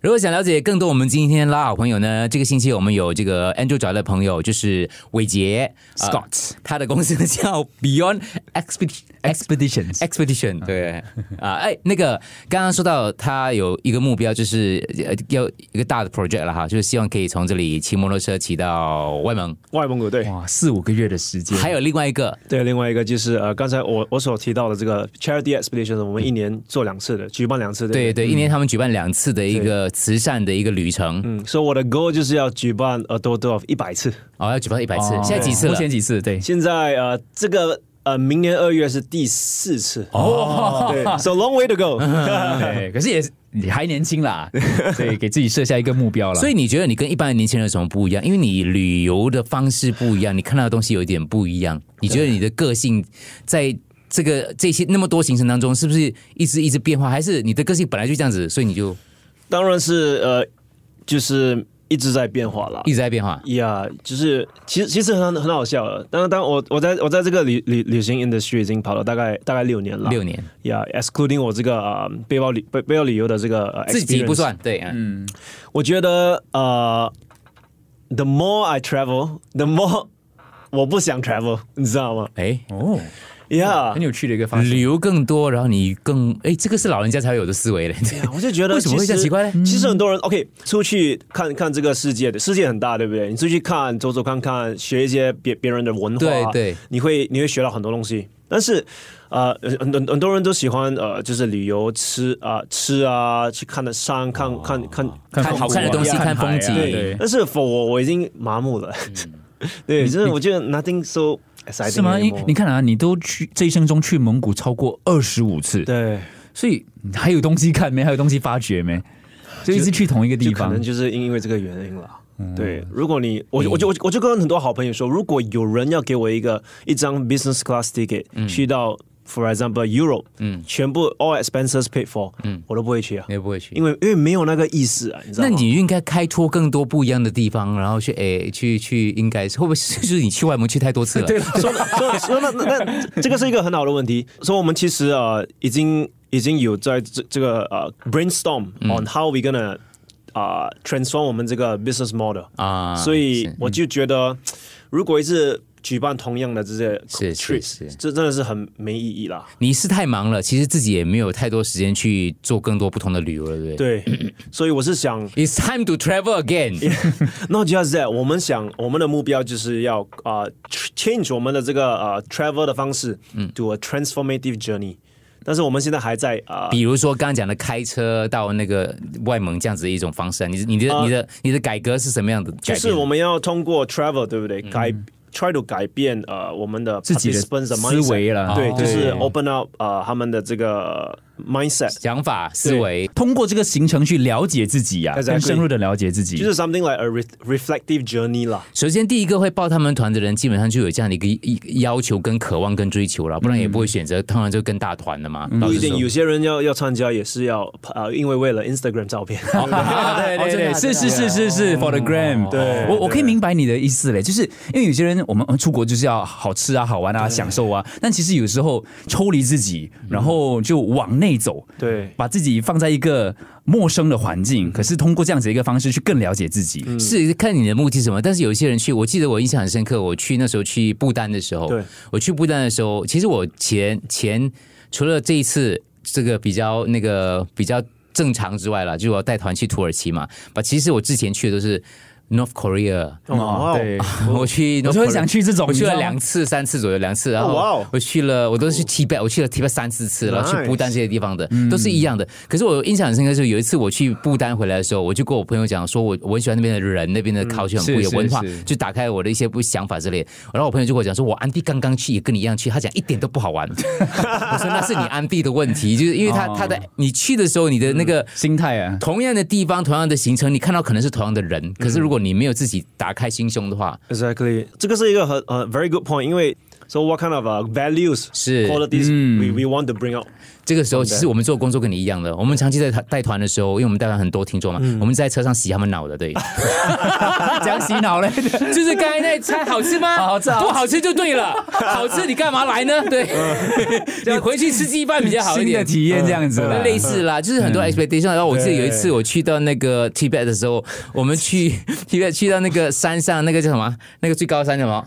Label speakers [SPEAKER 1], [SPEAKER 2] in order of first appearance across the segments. [SPEAKER 1] 如果想了解更多我们今天拉好朋友呢，这个星期我们有这个 Andrew 找来的朋友，就是伟杰呃
[SPEAKER 2] Scott
[SPEAKER 1] 他的公司叫 Beyond Expedition。
[SPEAKER 2] Expeditions
[SPEAKER 1] Expedition 对啊，哎，那个刚刚说到他有一个目标，就是呃要一个大的 project 了哈，就是希望可以从这里骑摩托车骑到外蒙。
[SPEAKER 3] 外蒙古对。
[SPEAKER 2] 哇，四五个月的时间，
[SPEAKER 1] 还有另外一个
[SPEAKER 3] 对，另外一个就是呃，刚才我我所提到的这个 charity expedition，我们一年做两次的，举办两次的。
[SPEAKER 1] 对对，一年他们举办两次的一个慈善的一个旅程，
[SPEAKER 3] 嗯，所以我的 goal 就是要举办 a d o d o 一百次。
[SPEAKER 1] 哦，要举办一百
[SPEAKER 2] 哦
[SPEAKER 1] 次，现在几次了
[SPEAKER 2] 目？前几次？对，
[SPEAKER 3] 现在呃，这个呃，明年二月是第四次。哦，对，so long way to go。
[SPEAKER 2] 对，可是也是你还年轻啦，所以给自己设下一个目标了。
[SPEAKER 1] 所以你觉得你跟一般的年轻人有什么不一样？因为你旅游的方式不一样，你看到的东西有一点不一样。你觉得你的个性在这个这些那么多行程当中，是不是一直一直变化？还是你的个性本来就这样子，所以你就
[SPEAKER 3] 当然是呃，就是一直在变化啦。
[SPEAKER 1] 一直在变化？
[SPEAKER 3] 呀就是其实其实很很好笑的。当当我我在我在这个旅旅旅行 industry 已经跑了大概大概六年了。
[SPEAKER 1] 六年，
[SPEAKER 3] 呀、e x c l u d i n g 我这个呃背包旅背背包旅游的这个、呃、
[SPEAKER 1] 自己
[SPEAKER 3] experience
[SPEAKER 1] 不算，对，嗯，
[SPEAKER 3] 我觉得呃，the more I travel, the more 我不想 travel，你知道吗
[SPEAKER 1] 哎，
[SPEAKER 2] 哦，
[SPEAKER 3] ？Yeah，
[SPEAKER 1] 嗯
[SPEAKER 2] 很有趣的一个发现。
[SPEAKER 1] 旅游更多，然后你更哎，这个是老人家才会有的思维嘞。
[SPEAKER 3] 我就觉得
[SPEAKER 1] 为什么会
[SPEAKER 3] 其实
[SPEAKER 1] 这样奇怪嗯呢
[SPEAKER 3] 其实很多人 OK 出去看看这个世界的世界很大，对不对？你出去看走走看看，学一些别别人的文化，
[SPEAKER 1] 对对，
[SPEAKER 3] 你会你会学到很多东西。但是，呃，很很很多人都喜欢呃，就是旅游吃啊、吃啊，去看的山，看看看
[SPEAKER 1] 看好看的
[SPEAKER 2] 风
[SPEAKER 1] 东西
[SPEAKER 2] 光
[SPEAKER 1] 看风
[SPEAKER 2] 海啊
[SPEAKER 1] 景
[SPEAKER 2] 对，嗯
[SPEAKER 3] 但是 for 我我已经麻木了， 对，就是我觉得 nothing so exciting
[SPEAKER 2] 是吗？你
[SPEAKER 3] anymore
[SPEAKER 2] 你看啊，你都去这一生中去蒙古超过二十五次，
[SPEAKER 3] 对，
[SPEAKER 2] 所以还有东西看没？还有东西发掘没？就一直去同一个
[SPEAKER 3] 就
[SPEAKER 2] 地
[SPEAKER 3] 可
[SPEAKER 2] 方嗯
[SPEAKER 3] 能，就是因因为这个原因了。对，如果你我我就我就我就跟很多好朋友说，如果有人要给我一个一张 business class ticket、
[SPEAKER 2] 嗯
[SPEAKER 3] 去到，for example Europe，嗯，全部 all expenses paid for，嗯，我都不会去啊
[SPEAKER 1] 你，也哎不会去
[SPEAKER 3] 因。为因为没有那个意识啊，你知道
[SPEAKER 1] 那
[SPEAKER 3] 吗？
[SPEAKER 1] 你应该开拓更多不一样的地方，然后去诶去去，应该是会不会是 就是你去外蒙去太多次了？对，
[SPEAKER 3] 说说说那那那这个是一个很好的问题。所以我们其实呃已经已经有在这这个呃 brainstorm
[SPEAKER 1] 嗯
[SPEAKER 3] on how we gonna 啊、transform 我们这个 business model
[SPEAKER 1] 啊
[SPEAKER 3] 所以
[SPEAKER 1] 是
[SPEAKER 3] 我就觉得如果一直举办同样的这些
[SPEAKER 1] 是是
[SPEAKER 3] trips，
[SPEAKER 1] 是
[SPEAKER 3] 这真的是很没意义啦。
[SPEAKER 1] 你是太忙了，其实自己也没有太多时间去做更多不同的旅游了，对不对？
[SPEAKER 3] 对，所以我是想
[SPEAKER 1] It's time to travel again。
[SPEAKER 3] ，not just that，我们想我们的目标就是要啊、呃 change 我们的这个呃 travel 的方式，嗯，do a transformative journey。但是我们现在还在啊、呃
[SPEAKER 1] 比如说刚刚讲的开车到那个外蒙这样子的一种方式啊，你你的、你的你的改革是什么样的改
[SPEAKER 3] 就
[SPEAKER 1] 变？
[SPEAKER 3] 是我们要通过 travel，对不对？改 try to 改变呃我们的
[SPEAKER 2] 嗯自己的
[SPEAKER 3] participants 的 mindset,
[SPEAKER 2] 思维啦
[SPEAKER 3] 对，
[SPEAKER 2] 哦
[SPEAKER 3] 就是
[SPEAKER 2] 对
[SPEAKER 3] open up 呃他们的这个 mindset，
[SPEAKER 1] 想法思维。
[SPEAKER 2] 哎通过这个行程去了解自己呀，
[SPEAKER 3] Exactly
[SPEAKER 2] 更深入的了解自己
[SPEAKER 3] 就。是 something like a re- reflective journey 啦。
[SPEAKER 1] 首先，第一个会报他们团的人，基本上就有这样的一个一一要求、跟渴望、跟追求了，不然也不会选择，
[SPEAKER 3] 嗯
[SPEAKER 1] 当然就跟大团了嘛。
[SPEAKER 2] 嗯
[SPEAKER 1] 老
[SPEAKER 3] 不
[SPEAKER 1] 实
[SPEAKER 3] 一定，
[SPEAKER 1] 说
[SPEAKER 3] 有些人要要参加也是要呃，因为为了 Instagram 照片。
[SPEAKER 2] 啊 对
[SPEAKER 1] 哦
[SPEAKER 2] 对
[SPEAKER 1] 真的
[SPEAKER 2] 对，
[SPEAKER 1] 啊
[SPEAKER 2] 是
[SPEAKER 1] 真的
[SPEAKER 2] 是
[SPEAKER 1] 啊哦
[SPEAKER 2] 是是是，for the gram。
[SPEAKER 3] 对
[SPEAKER 2] 我我可以
[SPEAKER 3] 对
[SPEAKER 2] 明白你的意思嘞，就是因为有些人我们呃出国就是要好吃啊、好玩啊、享受啊，但其实有时候抽离自己，然后就往内走，
[SPEAKER 3] 对
[SPEAKER 2] 把自己放在一个陌生的环
[SPEAKER 1] 嗯
[SPEAKER 2] 境，可是通过这样子一个方式去更了解自己。
[SPEAKER 1] 是看你的目的是什么，但是有一些人去，我记得我印象很深刻，我去那时候去不丹的
[SPEAKER 2] 哦
[SPEAKER 1] 时候，
[SPEAKER 3] 对，
[SPEAKER 1] 我去不丹的时候，其实我前前除了这一次这个比较那个比较正常之外啦，就是我带团去土耳其嘛，把其实我之前去的都是 North Korea，、
[SPEAKER 3] 哇哦
[SPEAKER 2] 对，
[SPEAKER 1] 我去 North
[SPEAKER 2] 我
[SPEAKER 1] Korea,
[SPEAKER 2] 就很想去这种，
[SPEAKER 1] 我去了
[SPEAKER 2] 你知道吗
[SPEAKER 1] 两次、三次左右，两次，然
[SPEAKER 3] 哇
[SPEAKER 1] 后
[SPEAKER 3] 哦
[SPEAKER 1] 我去了，我都是去 Tibet，我去了 Tibet 三四次，然后去
[SPEAKER 3] Nice
[SPEAKER 1] 不丹这些地方的，
[SPEAKER 2] 嗯
[SPEAKER 1] 都是一样的。可是我印象很深刻，是有一次我去不丹回来的时候，我就跟我朋友讲，说我我很喜欢那边的人，那边的 culture 很
[SPEAKER 2] 嗯是
[SPEAKER 1] 不一样，
[SPEAKER 2] 是
[SPEAKER 1] 文化
[SPEAKER 2] 是
[SPEAKER 1] 就打开我的一些不想法之类的。然后我朋友就跟我讲说，我安迪刚刚去也跟你一样去，他讲一点都不好玩。 我说那是你安迪的问题，就是因为他
[SPEAKER 2] 哦
[SPEAKER 1] 他的你去的时候，你的那个
[SPEAKER 2] 心 态啊，
[SPEAKER 1] 同样的地方、同样的行程，你看到可能是同样的人，可是如果你没有自己打开心胸的话，
[SPEAKER 3] ，exactly，这个是一个很呃 very good point，因为 So what kind of uh, values,
[SPEAKER 1] 是
[SPEAKER 3] qualities
[SPEAKER 2] 嗯
[SPEAKER 3] we we want to bring out？
[SPEAKER 1] 这个时候，其实我们做工作跟你一样的，我们长期在带团的时候，因为我们带团很多听众嘛，我们在车上洗他们脑的，对，
[SPEAKER 2] 怎样洗脑 嘞？
[SPEAKER 1] 就是刚才那菜 好吃吗？
[SPEAKER 2] 好吃好吃
[SPEAKER 1] 不好吃就对了， 好吃你干嘛来呢？ 对，你回去吃鸡饭嗯比较好一
[SPEAKER 2] 新
[SPEAKER 1] 点。
[SPEAKER 2] 的体验这样子啦，
[SPEAKER 1] 类似啦，就是很多 expectation。然后我记得有一次
[SPEAKER 3] 对
[SPEAKER 1] 我去到那个 Tibet 的时候，我们去 Tibet 去到那个山上，那个叫什么？那个最高山叫什么？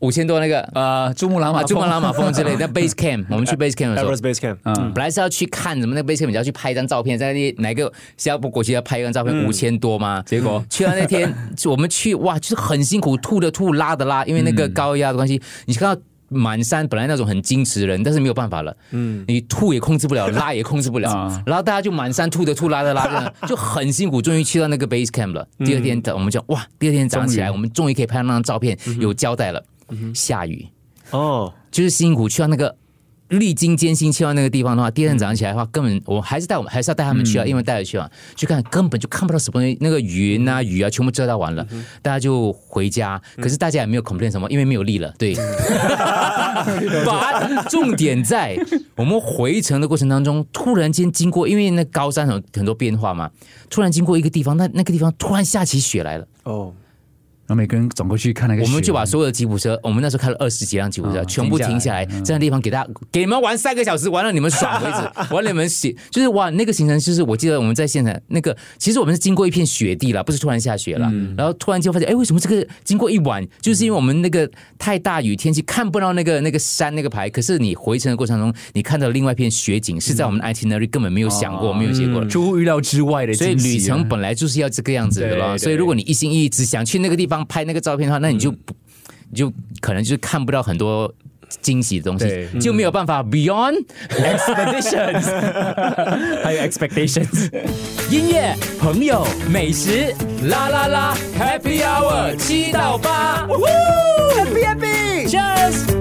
[SPEAKER 1] 五千多那个
[SPEAKER 2] 呃，珠穆朗玛
[SPEAKER 1] 啊，
[SPEAKER 2] 峰，
[SPEAKER 1] 珠穆朗玛峰之类的 base camp。我们去 base camp 的时候
[SPEAKER 3] Everest，Base Camp，
[SPEAKER 2] 啊嗯
[SPEAKER 1] 本来是要去看什么那个 base camp，你要去拍一张照片，在那哪个新加坡国旗要拍一张照片，五千多嘛。
[SPEAKER 2] 嗯结果
[SPEAKER 1] 去到那天我们去哇，就是很辛苦，吐的吐，拉的拉，因为那个高压的关系，你看到。满山本来那种很矜持的人，但是没有办法了，嗯，你吐也控制不了，拉也控制 不了，
[SPEAKER 2] 啊
[SPEAKER 1] 然后大家就满山吐的吐，拉的拉 的，就很辛苦。终于去到那个 base camp 了。第二天，我们讲哇，第二天早上起来，
[SPEAKER 2] 嗯终于嗯
[SPEAKER 1] 我们终于可以拍到那张照片，有交代了。下雨，
[SPEAKER 3] 哦，
[SPEAKER 1] 就是辛苦去到那个历经艰辛去到那个地方的话，第二天早上起来的话，根本我还是带我们还是要带他们去啊，因为带着去啊，去看根本就看不到什么东西，那个云啊雨啊全部遮到完了，大家就回家。可是大家也没有 complain 什么，因为没有力了。对，把重点在我们回程的过程当中，突然间经过，因为那高山很很多变化嘛，突然经过一个地方，那那个地方突然下起雪来了。
[SPEAKER 3] 哦，
[SPEAKER 2] 然后每个人转过去看那个，
[SPEAKER 1] 我们就把。所有的吉普车，我们那时候开了二十几辆吉普车，
[SPEAKER 2] 啊
[SPEAKER 1] 全部停
[SPEAKER 2] 停
[SPEAKER 1] 下
[SPEAKER 2] 下
[SPEAKER 1] 来，
[SPEAKER 2] 来
[SPEAKER 1] 在那地方给大家给你们玩三个小时，玩到你们爽为 止，玩到你们喜，就是哇，那个行程就是我记得我们在现场那个，其实我们是经过一片雪地了，不是突然下雪了，
[SPEAKER 2] 嗯
[SPEAKER 1] 然后突然间发现，哎，为什么这个经过一晚，就是因为我们那个太大雨天气看不到那个那个山那个牌，可是你回程的过程中，你看到另外一片雪景，是在我们的 itinerary 根本没有想过、
[SPEAKER 2] 嗯哦
[SPEAKER 1] 没有结果的。
[SPEAKER 2] 出乎预料之外的
[SPEAKER 1] 所以
[SPEAKER 2] 惊喜啊，
[SPEAKER 1] 旅程本来就是要这个样子的
[SPEAKER 2] 对
[SPEAKER 1] 咯。
[SPEAKER 2] 对嗯
[SPEAKER 1] 所以如果你一心一意只想去那个地方拍那个照片的话，那你就不，你就可能就是看不到很多惊喜的东
[SPEAKER 2] 对嗯
[SPEAKER 1] 西，就没有办法 beyond
[SPEAKER 2] expectations，还有 expectations，
[SPEAKER 1] 音乐、朋友、美食，啦啦啦，Happy Hour 七到八，Happy Happy，Cheers。